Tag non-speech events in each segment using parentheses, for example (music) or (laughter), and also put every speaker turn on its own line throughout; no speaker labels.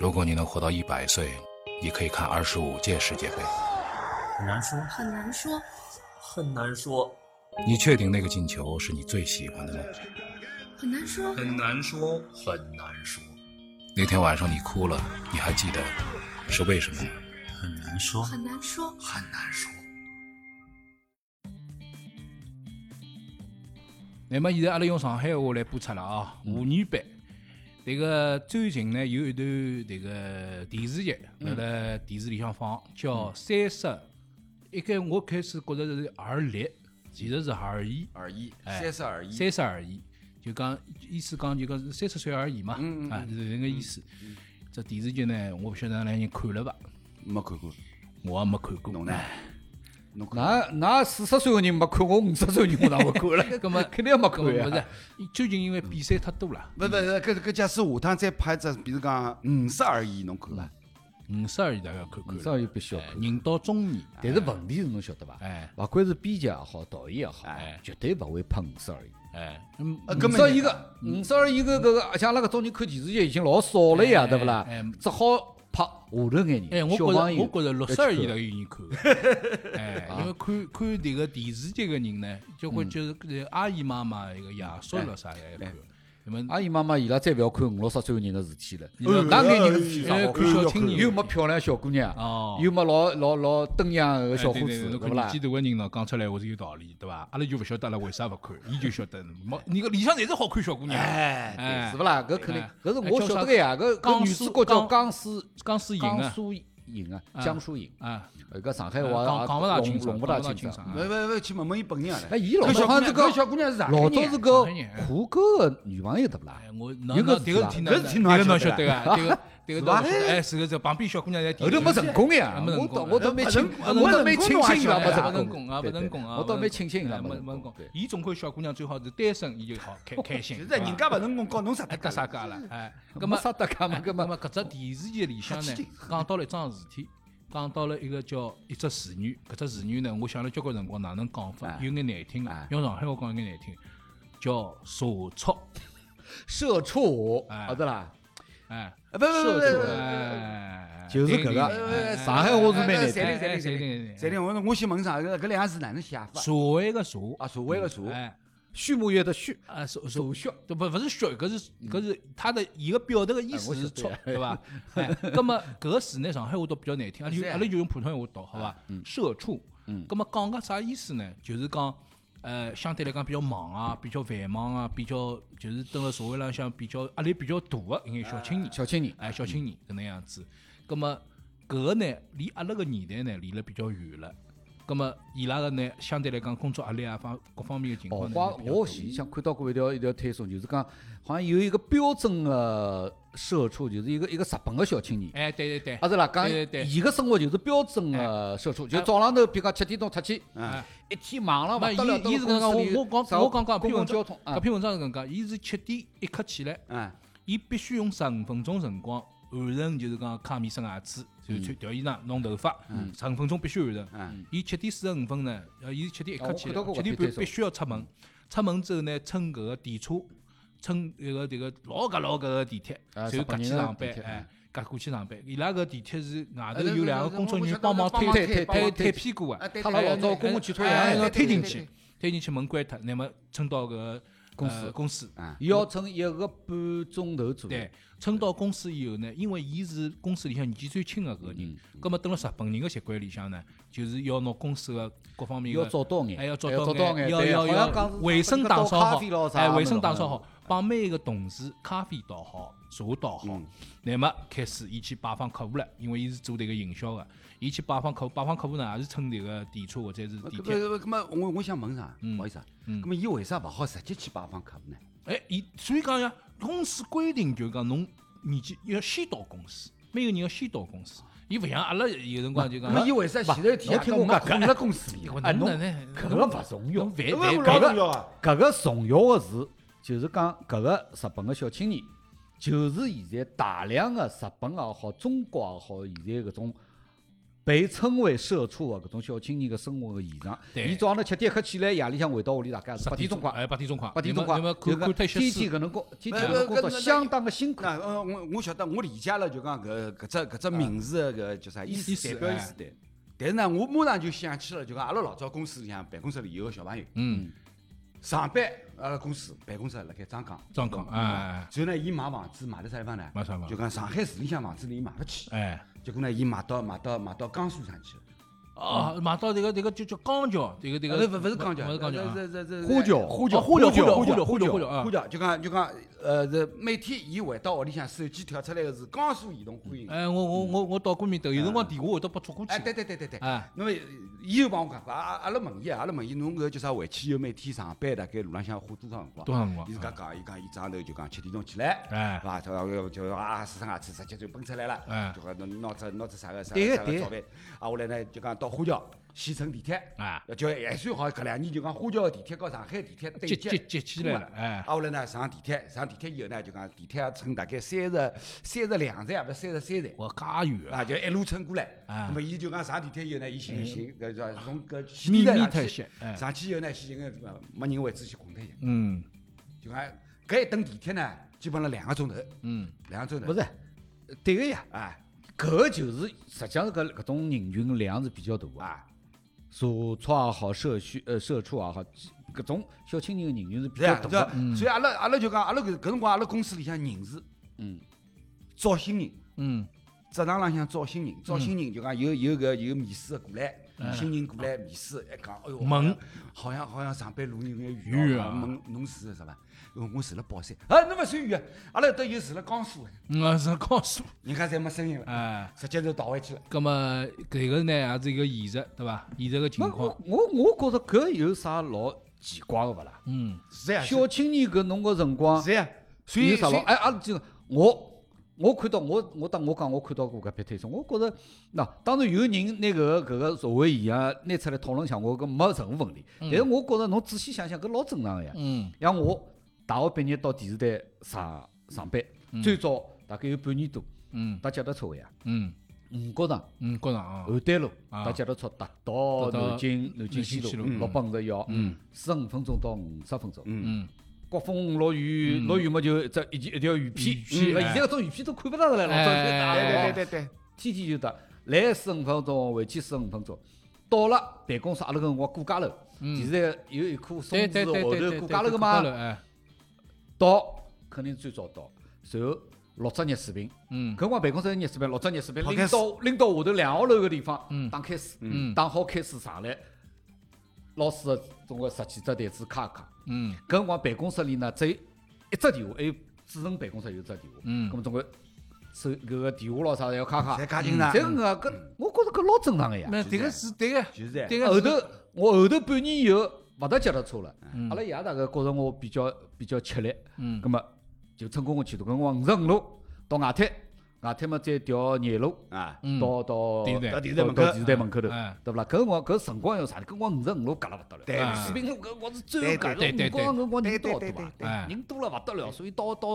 如果你能活到一百岁，你可以看二十五届世界杯。
很难说，
很难说，
很难说，
你确定那个进球是你最喜欢的吗？
很难说，
很难说，很难说，
那天晚上你哭了，你还记得是为什么吗？
很难说，
很难说。
很难说。
那么现在阿拉用上海话来播出了啊，妇女版。这个最近呢有一段这个电视剧辣辣电视里向放，叫《三色》。一开我开始觉着是儿立，其实是儿姨，
而已，
哎
三十而已。
三十而已，就讲意思讲就讲是三十岁而已嘛，
嗯嗯
啊，就是这个意思。
嗯
这电视剧呢，我不晓得哪能人看了伐，
没看过，
我也没看过。
侬呢？侬看
那那四十岁个人没看，我五十岁的人
(laughs)
我哪会看了？
搿么
(laughs) 肯定没
搿么
看啊
不
呀
是。，究竟因为比赛太多了，
不不，搿搿假使下趟再拍一只，比如讲五十而已，侬看伐？
五十而已大家看看
五
了
十啊岁必须要
哎
看。
人到中年，
但是问题是侬晓得伐？
哎
勿管是编剧也好，导演也好
哎，
绝对勿会拍五十而已。
哎，嗯，
呃，
五
根
十
本
一个，五十二一个，搿个像阿拉搿种人看电视剧已经老少了呀，对勿啦
哎哎？
只好拍下头眼
哎，
人，
我觉
小
着
朋友啊
我觉着六十而已大概有人看的，
(laughs)
哎，因为看看这个电视剧个人呢，交关就是搿阿姨妈妈一个爷叔了啥
哎
也看，那么
阿姨妈妈伊拉再勿要看五六十岁个人个事体了，
呃
哪眼人个事体啥
哎
好
看小青年
又没漂亮小姑娘
哦，
又没老老老登样个小伙
哎对对
子，
对
对
侬
勿
看
啦
年纪？大个人喏，讲出来话是有道理，对伐？阿拉就勿晓得阿拉为啥勿看，伊就晓得没，你个里向侪是好看小姑娘，
哎
哎，
是勿啦？搿肯定
哎，
搿是
哎
我
叫
晓
啥
得个呀。搿搿
江
女
苏
主角叫
江
江苏
江苏赢
江
啊，
苏颖啊，
啊
江苏颖。
啊，
呃搿上海
呃
话
讲
也
讲勿大
弄
清爽，讲
弄勿大
勿大
清
清
爽。
啊
勿勿勿，去问问伊本人啊
哎，
嘞。
伊老
搿小姑娘，
早好像这个
搿小姑娘是啥？
老早是个
上海人
胡歌的女朋友对勿啦
哎？，我
有
那
搿
那
事
迭个
体
事体
啊
呢，
搿事
那迭个侬
体侬也晓
晓
得
得啊，迭个迭个
是
侬
吧
晓得，哎，是个这旁边小姑娘在
后头没成功呀，
哎没
我
成
倒
功
我倒没
没
庆
成，功
我倒没
没
庆幸伊拉
成功
啊，
没成
不能
功
讲啊，不能讲啊，
我倒没庆幸伊
伊
拉
没
成
能
功
讲。
对。
伊总归小姑娘最好是单身，伊就好开开心。
现在
哎
人家勿能讲，告侬啥
哎
搭
搭
嘎
啥嘎了？哎，搿
搿
么
么啥搭嘎嘛？搿
那
么
么搿只电视剧里向呢
瞎起劲，
讲到了一桩事体，讲到了一个叫一只词语，搿只词语呢，我想了交关辰光，哪能讲法，
哎
有眼难听
哎
的，用上海话讲有眼难听，叫社畜，
社畜，
哎
晓得啦？
哎，
啊，勿勿勿
社畜，
勿
哎，
就是搿个
个
上海话是蛮难
谁
听。
的谁的谁的谁的？我我先问啥？搿搿两个字哪能写法？
社会个社，
啊，社会个社。
哎。
畜牧业的畜，
啊，手手续，对不不是血，搿是搿是他的一个表达的意思
我
是
晓
错
得，
对伐？哎，葛么搿个词呢，上海话读比较难听，阿拉
是
就
呀
阿拉就用普通话读，好伐？社畜，
嗯
葛么讲个啥意思呢？就是讲，呃，相对来讲比较忙啊，比较繁忙啊，比较就是蹲辣社会浪向比较压力比较大啊个一眼小青年，
小青年，
哎，小青年搿能样子。葛么搿个呢，离阿拉个年代呢，离了比较远了。葛么伊拉个呢，相对来讲工作压力啊，方各方面个情况，
哦
呢，
我
比较
我
大
前向看到过一条一条推送，就是讲好像有一个标准的社畜，就是一个一个日本的小青年。
哎，对对对，
啊是啦，讲
对对对哎
伊个生活就是标准的社畜，就早浪头，比如讲七点钟出去，
嗯
一天忙了
那
嘛，
伊
得了
伊是搿能讲，我我讲我讲讲
公
篇
共
文
交
章，
通
搿
啊，
篇文章是搿能讲，伊是七点一刻起来，
嗯，
伊必须用十五分钟辰光完成，就是讲卡面生牙齿，就穿调衣裳、弄头发，十五分钟必须完成
嗯。
伊七点四十五分呢，呃，伊是七点一
啊
刻
我
起
看到
来，
过
七
搿
点
篇
半
推
必须要出门。出门之后呢，乘搿个电车，乘一个迭个老搿老搿个地铁，
啊
然后
日本
搿去
人的
上班
地铁，
哎，搿过去上班。伊拉搿地铁是外头
哎
有两个
对对对
工作人
我
员
晓得
帮忙
帮
推
忙
推推
推帮
推
忙
推
推
屁股啊。
啊，对
他拉老早公共汽车
哎，
呀，
要推进
对
去
对，
推进去门关脱，那么乘到搿
公
呃
司
公司，
啊
伊嗯要乘一个半钟头左右。
对，乘到公司以后呢，因为伊是公司里向年纪最轻的搿个
嗯
人，葛末蹲辣日本人的习惯里向呢，就是要拿公司的各方面
要
的
早到眼
还要
哎还要
到
早到眼
要
对
要
好像
要
讲是
卫生
啥
打
倒
扫
咖
好
啡咯，啥
哎，
么
卫
子
生打
好
扫
像
好，帮每一个同事咖啡倒好，茶倒好，
嗯
那么开始伊去拜访客户了，因为伊是做迭个营销的，伊去拜访客户，拜访客户呢也是乘迭个电车或者是地
搿
铁，
么搿么我我想问啥？
嗯
不好意思啊，搿么伊为啥勿好啊直接去拜访客户呢？
哎，伊所以讲呀，公司规定就是讲侬年纪要先到公司，每个人要先到公司。伊勿像阿拉有辰光就
搿
讲，
么伊为啥前头一天
侬听我
没
讲
困辣公司里？
(laughs) 哎侬呢？
搿个勿重要
侬，烦
搿
烦
么我
搿
老
个
重要啊！
搿个重要的事就是讲搿个日本个小青年，就是现在大量的日本也好，中国也好，现在搿种被称为社畜的搿种小青年的生活的现状。
对
伊早浪头七点黑起来，夜里向回到屋里大概是八点钟快，
哎，八点钟快，
八点钟快，
那么
就
看看
讲
退
天
休
天
四
搿能工，天天
哎
搿能工
搿
作
搿
相当的辛苦。
那呃，我我晓得，我理解了，就讲搿搿只搿只名字的搿叫啥意
意
思，
思哎
代表意思对。但是呢，我马上就想起了，就讲阿拉老早公司里向办公室里有个小朋友，
嗯，
上班阿拉公司办公室辣盖张江，
张康，哎
然后呢，伊买房子买到啥地方呢？
买啥房
就讲上海市里向房子呢，伊买不起，
哎，
结果呢，伊买到买到买到江苏上去了。
哦，买到这个这个就叫钢桥，这个这个
呃，勿勿是江桥，
啊不是啊钢桥，
是是是
花桥
花桥，
哦花桥
花
花
桥，
桥
花
花
桥，
桥
花
花桥
桥啊，
啊
花桥，就讲就讲，呃，是每天伊回到屋里向，手机跳出来的是江苏移动欢迎。
哎，我我我我到过面头，有辰光电话会得拨捉过去
哎，，对对对对对，
嗯哎，
那么伊又帮我讲，阿阿拉问伊啊，阿拉问伊，侬搿叫啥？回去以后每天上班大概路浪向花多少辰光？
多少辰光
伊自家讲，伊讲伊早上头就讲七点钟起来，
哎
是吧？就就啊，四声牙齿直接就蹦出来了，
哎
就讲侬拿只拿只啥个啥
对
个
个
啥
对
个
个
照片，啊，后来呢就讲到花桥先乘地铁，
哎
就还算好，搿两年就讲花桥的地铁和上海地铁对
接
接
接接起来了
通
哎
啊，后来呢上地铁，上地铁以后呢就讲地铁也乘大概三十三十两站，也不三十三站。
我家远啊，
啊，就一路乘过来。
啊嗯
那么伊就讲上地铁以后呢，伊寻寻，搿叫从搿西
秘
站
密
上
特
去
写，哎
上去以后呢，先寻个没人位置先困脱一下。
嗯
就讲搿一等地铁呢，基本上两个钟头，
嗯，
两个钟头。
不是，对个呀，
啊
搿个就是实际上是搿搿种人群量是比较大的。
啊，
社畜也好，社区呃社畜也好，搿种小青年的人群是比
是
较
啊，
大
是啊
的。
所以阿拉阿拉就讲，阿拉搿搿辰光阿拉公司里向人事，
嗯，
招新人，
嗯
职场浪向招新人，招新人就讲有有搿有面试的过来，新人过来面试，一讲，哎哟，
问
好像好像上班路有眼
远
远
啊
问侬是啥伐？哟，我住辣宝山，啊，侬勿算远啊，阿拉都有住辣江苏的，
我嗯啊是告诉，
人家侪没声音了，
哎。
直接就倒回去了。
咁么搿个呢也是一个现实，对伐？现实个情
那
况
我，我我觉着搿有啥老奇怪的勿啦？
嗯，
是呀，
小青年搿侬个辰光
是呀，所以
有啥
所
老？
以
哎，阿拉就我我看到我我当我讲我看到过搿篇推送，我觉着那当然有人拿搿个搿个社会现象啊拿出来讨论一下，我搿没任何问题。但是我觉着侬仔细想想，搿老正常个呀。
嗯
像我大学毕业到电视台上上班，最早大概有半年多，
嗯
搭脚踏车个呀，
嗯
五角场。
嗯，觉着啊，
邯郸路
啊
搭脚踏车达到
达到
南京南京
南
西
京西
路
路
六百五十一号，四十五分钟到五十分钟。
嗯
刮风落雨，落雨么就这一一条雨披，
雨披
嗯
哎
现在搿种雨披都看不到了，老早
哎
打
哎哎
了
哎，
对对，
天天就搭，来十五分钟，回去十五分钟。到了办公室，阿拉搿辰光过家楼，
嗯
电视台有一棵松
对
子
对对
后
对
头
对，
过家楼个
对
嘛，
哎，
到肯定最早到，然后六只热水瓶，
嗯
搿辰光办公室有热水瓶，六只热水瓶
好
拎
开
到拎到下头两号楼个地方，
嗯
打开水，
嗯
打好开水上来，老师个总归十几只台子咔咔。
嗯
搿辰光办公室里呢，只有一只电话，还有主任办公室有一只电话。
嗯
咁总归手搿个电话咯啥要卡卡。
侪加进啦
侪搿个搿，我觉着搿老正常个呀。
那迭个是对个，
就是这
迭
样。
个
后
是
头我后头半年以后勿搭脚踏车了
嗯，
阿拉爷大概觉着我比较比较吃力，
嗯
葛末就乘公共汽车，搿辰光五十五路到外滩，外滩嘛再调廿路。
啊，
嗯
到到
电视台
到
到电视台门口
到电视台门口头，
哎
对勿啦？搿辰光搿辰光要啥呢？搿辰光五十五路搿了勿得了，
对
哎
四平路搿辰光是最
对
搿
对对
辰光搿辰光人
对
多
对
对
对
伐？
对
哎
人多了勿得了，所以到到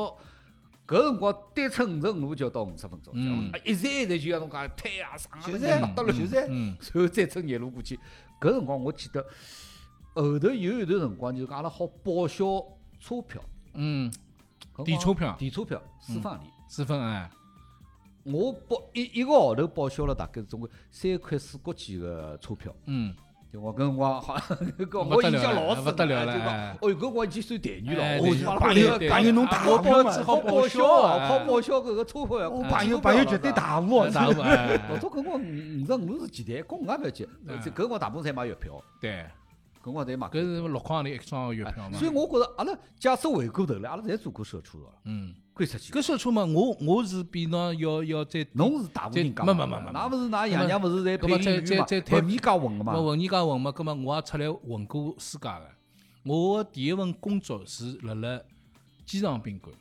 搿辰光单乘五十五路就要到五十分钟，
嗯
啊一站一站就要侬讲推啊上啊，
就
搿
是
人勿得了，就是然
嗯
后再乘夜路过去。搿辰光我记得后头有一段辰光就是讲阿拉好报销车票，
嗯，
搿辰光
抵车票
抵车票四方里。
四分哎，
我报一一个号头报销了大概总共三块四角几个车票，
嗯，
就我搿辰光好像搿
不
我
得
印
了
象老
了
深
不得了了
就讲
哎
哦哟搿辰光已经算待遇了，哦
哎
我
对
阿拉
朋
朋友
友朋友侬大
我
户
报
嘛
纸
好
好报
报
销
销
啊，
哎
好报销搿个车票呀，
我
搿
朋友
车票
朋友
了
绝
是
对
吧。
大啊户，
啥物
老
哎，
早搿辰光五十五是几台，公也勿要紧，
嗯
这搿辰光大部分侪买月票，
对，
搿辰光侪买
搿是六块钿一张月
哎
票嘛
所以，我觉着阿拉假使回过头来，阿拉侪做过社畜了，
嗯，
归出去。
搿说出嘛，我我是比侬要要再
侬是大户人家
这
嘛，
没没没没
㑚勿是㑚爷娘勿是侪
搿么
配音
再
员嘛
再再，推
文艺界混个嘛
我，混人家混嘛，葛末我也出来混过世界个。我第一份工作是辣辣机场宾馆，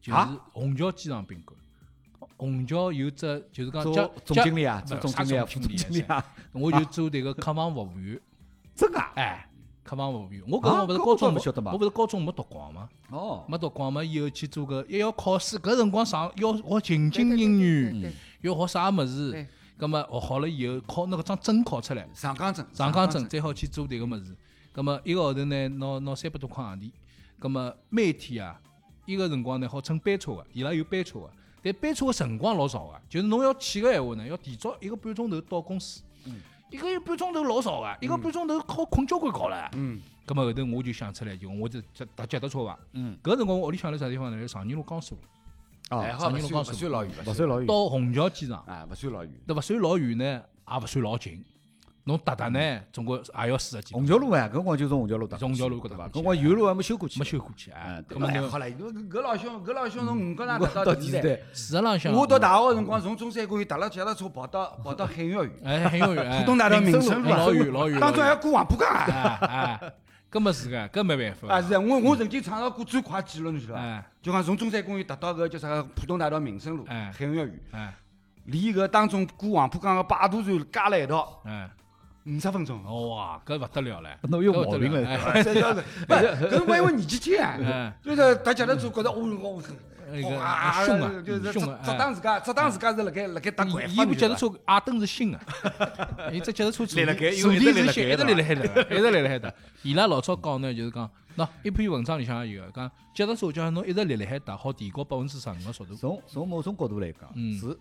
就是
啊
虹桥机场宾馆。虹桥有只就是讲
做
接
总
接
经理啊，
不
做
是
总
啥
经理啊，
总经
副 (laughs) 总
理
经理啊，
我就做迭个客房服务员，
真个啊，
哎，客房服务员。我搿辰光
啊
勿是
搿
高
我倒
中
不
没
晓得嘛
我勿是高中没读光嘛，
哦，
没读光嘛，以后去做个，也要考试。搿辰光上要学情景音乐，要学啥物事
对，
搿葛么学好了以后，考那个张证考出来，
上岗证，
上
岗
岗证，再好去做迭个物事。葛么一个号头呢，拿拿三百多块洋钿。葛么每天啊，一个辰光呢好乘班车个，伊拉有班车个，但班车个辰光老少个，啊就是侬要去个闲话呢，要提早一个半钟头到公司。一个一半钟头老少个，一个半钟头好困交关搞了。
嗯。
葛么后头我就想出来，就我就脚踏脚踏车伐。嗯。搿辰光我屋里向辣啥地方呢？辣长宁路江苏路。
还哎好
上
勿
宁路
算勿
江苏
算老远，
勿算老远。
到虹桥机场，
啊，勿算老远。
对勿算老远呢，也勿算老近。侬踏踏呢，总归也要四十几。
虹桥路哎，搿辰光就从虹桥路搭过
从
去，
虹桥路搿搭
对伐？
过去
搿辰光原路还没修过去，
没修过去啊。
哎
搿
对
么
哎
侬
好了，搿搿老兄，搿老兄
嗯
从五角场
我
踏
到
地
地
带
带。
市场浪向，
我到大学个辰光，从中山公园踏了脚踏车跑到跑到海洋园，
哎，很有缘，哎
浦东大道民
生
生
路
路
哎老远老远，
当中还
老远
要过黄浦江啊！
哎哎，搿么是个，搿没办法
(laughs) 啊，是啊我我曾经创造过最快纪录，侬晓得伐？
哎
就讲从中山公园踏到搿叫啥个浦东大道民生路、
哎
海洋园，
哎
离搿当中过黄浦江个摆渡船加了一道
哎，
五十分钟。
哇，搿勿得了唻，
侬有
搿勿得
毛病了
哎
真的是，不是，搿辰光因为年纪轻啊
(laughs) 哎，
(laughs) 就是踏脚踏车觉着哦哟，
那
哦
个
啊
凶啊
就是
凶
只
啊
只当自家只当自家是辣盖辣盖搭拐
伊
法
伊部脚踏
的
车阿啊灯是新个，伊只脚踏车主
立了盖
力
因
主
为
力
一直立
是
了
新，
盖
一直立
的
辣海的， (laughs) 一直立辣海的。伊拉老早讲呢，就是讲，喏，一篇文章里向也有讲，脚踏车叫侬一直立辣海打，好提高百分之十五个速度。
从从某种角度来讲，
嗯
是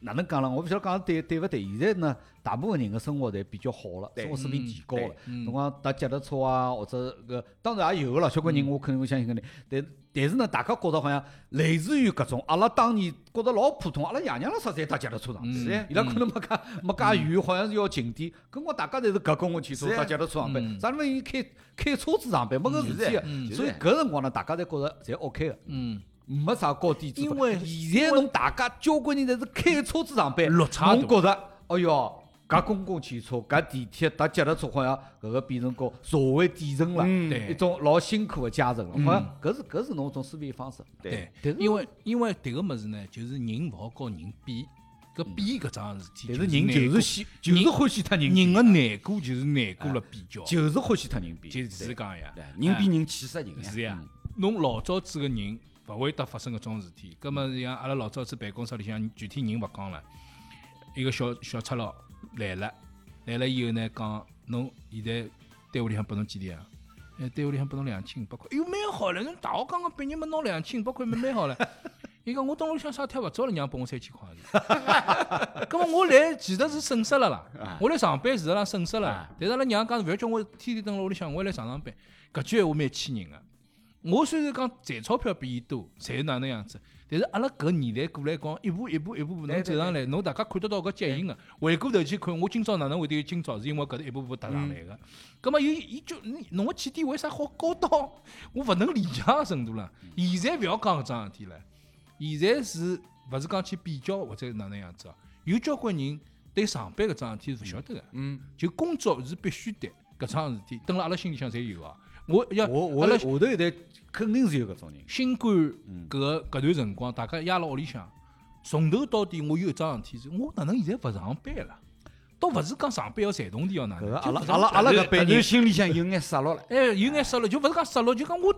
哪能讲啦？我勿晓得讲得对对勿对。现在呢，大部分人的生活侪比较好了，
对
生活水平提高了。
嗯
侬讲搭脚踏车啊，或者个，当然也有个了，小关
嗯
人我肯定会相信搿能。但但是呢，大家觉着好像类似于搿种，阿拉当年觉着老普通，阿拉爷娘老啥侪搭脚踏车上班，
是呀
伊拉可能没介没介远，好像是要近点。搿辰光大家侪是搿公共汽车
是呀
搭脚踏车上班，
嗯
啥地方人开开车子上班没搿事体的
嗯
是呀
所以搿辰光呢，大家侪觉着侪 OK 个。
嗯，
没啥高低之分。
因为
现在侬大家交关人侪是开车子上班，
落差
侬
大
觉着，哎哟，搿公共汽车、搿地铁、搭脚踏车，好像搿个变成个社会底层了，
嗯
对
一种老辛苦的阶层了。好像搿是搿是侬一种思维方式。
对
但，是
因为因为迭个物事呢，就是人勿好和人比，搿
嗯
比搿桩事体
但
难
是
过，
人就是喜，就是欢喜脱人比，
人个难过就是难过了比较，就
就是欢喜脱人比。
就是讲呀，
人比人
(laughs)
气死人呀。
是呀，侬嗯老早子个人勿会得发生搿种事体。葛么像阿拉老早子办公室里向具体人勿讲了，一个小小赤佬来了，来了以后呢，讲侬现在单位里向拨侬几钿啊？哎，单位里向拨侬两千五百块，哎哟，蛮好了，侬大学刚刚毕业嘛，拿两千五百块蛮蛮好了。 (laughs) 伊讲我当屋里向啥贴勿着了，娘拨我三千块 (laughs) 钿。葛么我来其实是损失了啦，我来上班事实上损失了。但是阿拉娘讲勿要叫我天天蹲辣屋里向，我也来上上班。搿句闲话蛮气人个。我虽然讲赚钞票比伊多，赚哪能样子，但是阿拉搿年代过来讲，一步一步一步步
对
能
对
走上来，侬大家看得到搿脚印个。回过头去看，我今朝哪能会得有今朝，是因为搿是一步步踏上来个。葛末伊伊就你侬个起点为啥好高到我勿能理解啊个程度了？现在勿要讲搿桩事体了，现在是勿是讲去比较或者哪能样子啊？有交关人对上班搿桩事体是勿晓得个，
嗯，
就工作是必须的搿桩事体，蹲辣阿拉心里向侪有啊。我要
我我
阿拉
下头一代肯定是有搿种人。
新冠
嗯
搿个搿段辰光，大家压辣屋里向，从头到底我有一桩事体是，我哪能现在勿上班了？倒勿是讲上班要赚铜钿要哪
搿
能，
个阿拉
就勿是
阿拉阿拉搿辈
但
人
是心里向有眼失落了。
哎有眼失落，就勿是讲失落，就讲我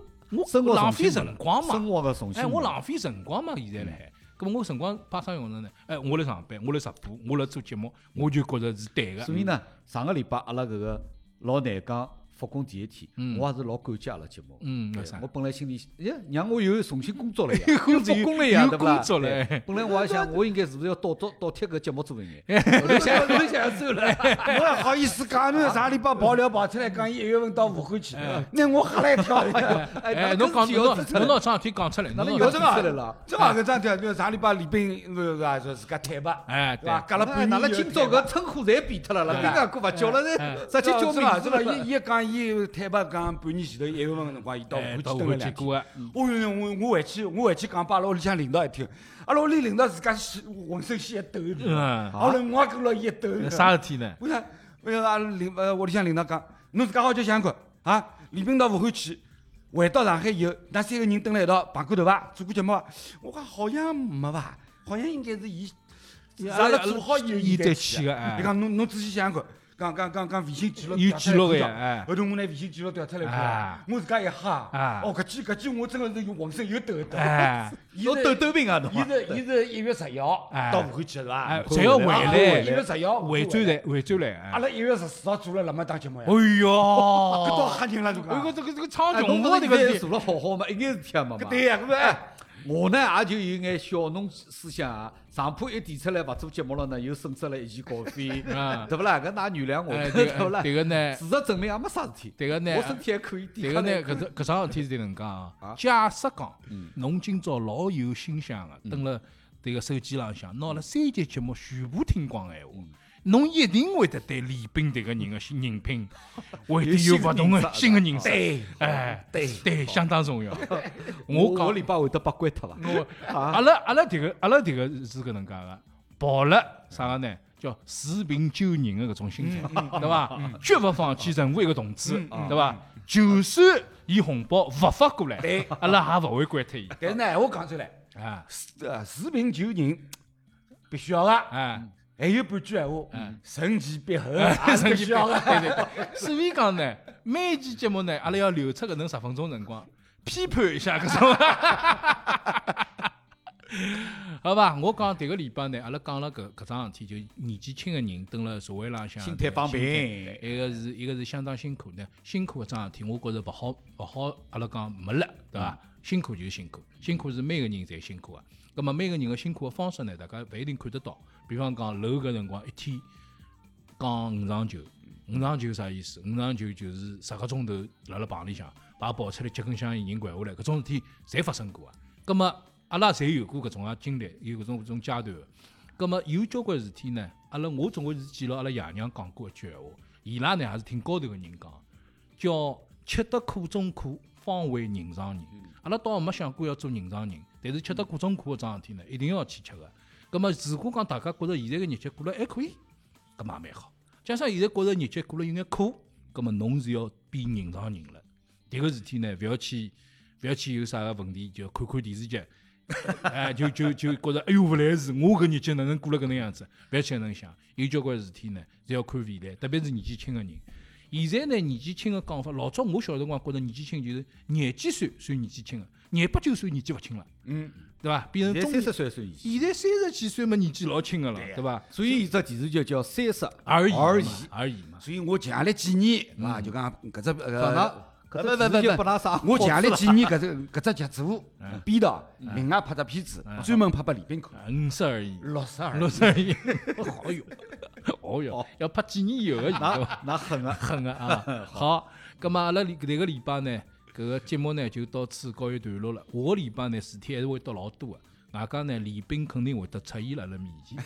生活
我浪费辰光嘛
生，活个重心
哎我
嘛嗯
浪费辰光嘛，现在辣海。咁么我辰光派啥用场呢？哎，我来上班，我来直播，我来做节目，我就觉着是对个。
所以呢，上个礼拜阿拉搿个老难讲复工第一天，
嗯
我也是老感激阿拉节目。
嗯
对
为啥
我本来心里，哎，让我又重新工作了呀，
工
(laughs) 又
作
复工了呀，
有
对不啦
工作了
对
哎
本来我还想，我应该是不是要倒倒倒贴搿节目做一眼，后头想后头想要走了。
(laughs) 我也好意思讲，
哎
侬啥礼拜爆料跑出来讲，伊一月份到武汉去，那我吓了
(laughs)
一跳。
哎，侬讲侬拿侬拿桩事体讲出来，侬
哪能
拿
有
桩
要
事体
真啊，真啊，搿张条，侬啥礼拜李斌是吧？呃啊说自家坦白，
哎
对伐？
对
隔了
哎
半
哪
年
能
又
今朝
坦白
搿称呼侪变脱了啦？兵也过勿叫了，
哎
直接叫
真啊，真
名字
啊，
了。
伊伊讲伊坦白讲，半年前头一月份辰光，伊到武汉
哎
去
到
蹲
武汉
了
去
两天。
过啊，
哦哟哟，我我回去，我回去讲，把阿拉屋里向领导一听，阿拉屋里领导自家是浑身先一抖，
嗯
阿拉我也跟牢伊一抖。
啥事体呢？
为啥？为啥阿拉领呃屋里向领导讲，侬自家好叫想看啊！李斌到武汉去，回到上海以后，那三个人蹲辣一道碰过头伐？做过节目伐？我讲好像没伐，好像应该是伊，是阿拉做好以后伊
伊
再
再去
去啊的。
个哎
啊
伊。讲侬侬仔细想想看，讲讲讲讲微信记录
有
调
记
出来
录个呀
看看
哎
后头我拿微信记录调出来
啊
看，我自家一哈
啊，
哦，搿记搿记我真的是有浑身有抖的。
哎，
伊
侬
是
抖抖病啊，侬
伊是伊是一月十一号
哎
到武汉去是伐？
哎
啊
只要回
啊
来
一月十一号
回转。来，回转来，哎
阿拉啊一月十四号做了辣么档节目呀哦
哎，哟，
搿倒吓人了，
哎呦
搿
这个这个苍
哎
穹
侬
的这
勿是
个
现在
地
做了好好嘛，一眼事体也没
个
嘛。
对呀，搿不哎，
我呢也就有眼小农思想啊，上铺一提出来勿做节目了呢，又损失了一期稿费，
啊
对勿啦？搿㑚原谅我， (laughs)
哎，
对
这
勿
个
啦
这？个呢，
事实证明也没啥事体，
这个呢
我身体还可以，抵
这个
抗
呢
力还，可
搿只搿桩事体是能讲啊
啊。
假设讲，侬今朝老有心想个，蹲辣迭个手机浪向，拿了三集节目全部听光个闲话，侬一定会得对李斌迭个人个人品会得有勿同个新
新
个
的
认识。对，哎，对对，相当重要。
以我
我嗯
下
讲
个礼拜会得被关脱伐？
我阿拉阿拉迭个阿拉迭个是搿能介个，抱了啥个呢？叫持平救人的搿种心态，对伐？绝勿放弃任何一个同志，对伐？就算伊红包勿发过来，阿拉也勿会关脱伊。
但是呢，闲话哎讲出来，
啊
是呃视频救人必须要个，
啊，
还有半句闲话，审其必后，
哎
(laughs)
啊
也是
神
嗯必
奇
须要啊
对
个。
对对。所以讲呢，每一期节目呢，阿拉要留出搿能十分钟辰光批判一下搿种。 (laughs) 好吧，我讲迭个礼拜呢，阿拉讲了搿搿桩事体，就年纪轻个人蹲辣社会浪向，
心态放平
心态一个是一个是相当辛苦呢，辛苦搿桩事体，我觉着勿好勿好，阿拉讲没了，对伐？
嗯
辛苦就是辛苦，辛苦是每个人侪辛苦个。葛末每个人个辛苦个方式呢，大家勿一定看得到。比方讲，楼搿辰光一天讲五场球，五场球啥意思？五场球就是十个钟头辣辣棚里向，把跑出来脚跟相一人掼下来，搿种事体侪发生过啊。葛末阿拉侪有过搿种啊经历，有搿种搿种阶段的。葛末有交关事体呢，阿拉我总归是记牢阿拉爷娘讲过一句闲话，伊拉呢也是挺高头个人讲，叫吃得苦中苦，方为人上人。阿拉倒没想过要做人上人，但是吃得苦中苦搿桩事体呢，一定要去吃个。葛末如果讲大家觉着现在个日脚过了还可以，搿嘛也蛮好。加上现在觉着日脚过了有眼苦，葛末侬是要变人上人了。迭个事体呢，勿要去勿要去有啥个问题，就看看电视剧， (laughs) 哎，就就就觉着哎哟勿来事，我搿日脚哪能过了搿能样子？勿要去搿能想，有交关事体呢是要看未来，特别是年纪轻个人。现在呢，年纪轻个讲法，老早我小辰光觉着年纪轻就是廿几岁算年纪轻个，廿八九岁年纪勿轻了，嗯，对伐？变成
现
中嗯
在三
年
十岁算已经，
现在三十几岁嘛，年纪老轻个了，对伐？
所以伊只电视剧叫《三十
而已
而已
嘛》。而已嘛。
所以我接下来几年，是伐？啊就讲搿只
啊
搿
呃
能。
不
搿
不
只
不
直接
不
拨㑚啥
我接下来
好处
几年搿只搿 (laughs) 只剧组编导，另外拍只片子，专门拍拨李斌看。
五十而已，
嗯
哎
六十二，
六十而 (laughs) 已，好哟，好哟，要拍几年以后的
那
人
那
(laughs)
狠啊！
狠个啊！好，葛么阿拉里迭个礼拜呢，搿个节目呢就到此告一段落了。下个礼拜呢，事体还是会得老多个。外加呢，李斌肯定会得出现辣辣面前。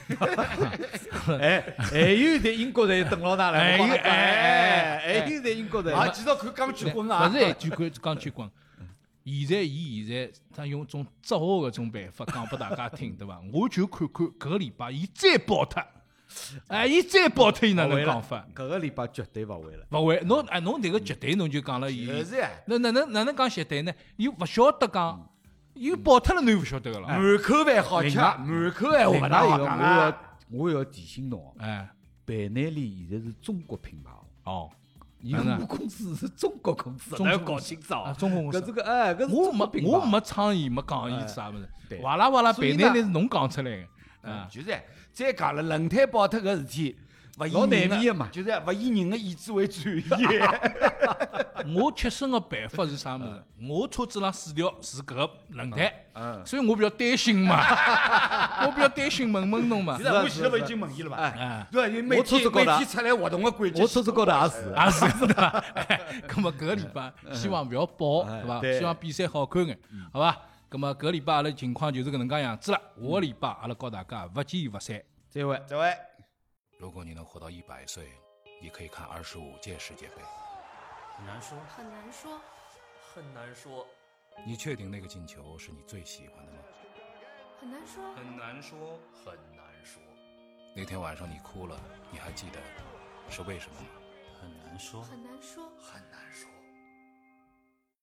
哎，还有在英国在等牢㑚来，
哎
我帮㑚讲哎，还有在英国在。
啊，继续看钢锯
勿
滚啊！
哎是还句关讲句光。现在伊现在他用种折合个种办法讲拨大家听，对伐？我就看看搿个礼拜伊再爆脱，哎，伊再爆脱伊 (laughs) 哪能讲法？
搿个礼拜绝对勿会了。
勿会，侬哎，侬迭个绝对侬就讲了伊，
就是啊
那哪能哪能讲绝对呢？伊勿晓得讲，伊爆脱了，侬又勿晓得个
嗯
了。
满口饭好吃，满口闲话勿
另哎外
大
一
好
个，
讲
我
啊
要。我要提醒侬哦，
哎，
百奈利现在是中国品牌哦，
哦，
伊母公司是中国公司，
中
那要
国公
搞
司
清楚
啊
哦。
中国公司
搿这个哎，搿是
我
中国
没
品牌。
我没倡议，没讲伊啥物事，
对
哇啦哇啦，
所以
白
呢
奶奶是侬讲出来个，
嗯
啊，
嗯就是再讲了，轮胎爆脱搿事体，勿以
老难
人的
免的嘛啊
就是勿以人的意志
(laughs)
为转移。
我切身个办法是啥物事？我车子上四条是搿个轮胎，所以我比较担心嘛， (laughs) 我比较担心问问侬嘛
其，实 (laughs) 我前头已经问伊了嘛，
哎
对伐？伊每
啊我车
天
子
每
高达
天出来活动个轨迹
我，车子高头也是。
啊
也是是吧？哎，咁么搿个礼拜希望勿要爆，
哎
对伐？
对
希望比赛好看眼，好伐？咁么搿个礼拜阿拉情况就是搿能介样子了。下个礼拜阿拉告大家勿见勿散。
再会。
这位。
如果你能活到一百岁，你可以看二十五届世界杯。
很难说，
很难说，
很难说，
你确定那个进球是你最喜欢的吗？
很难说，
很难说，很难说，
那天晚上你哭了，你还记得是为什么吗？
很难说，
很难说。
很难说。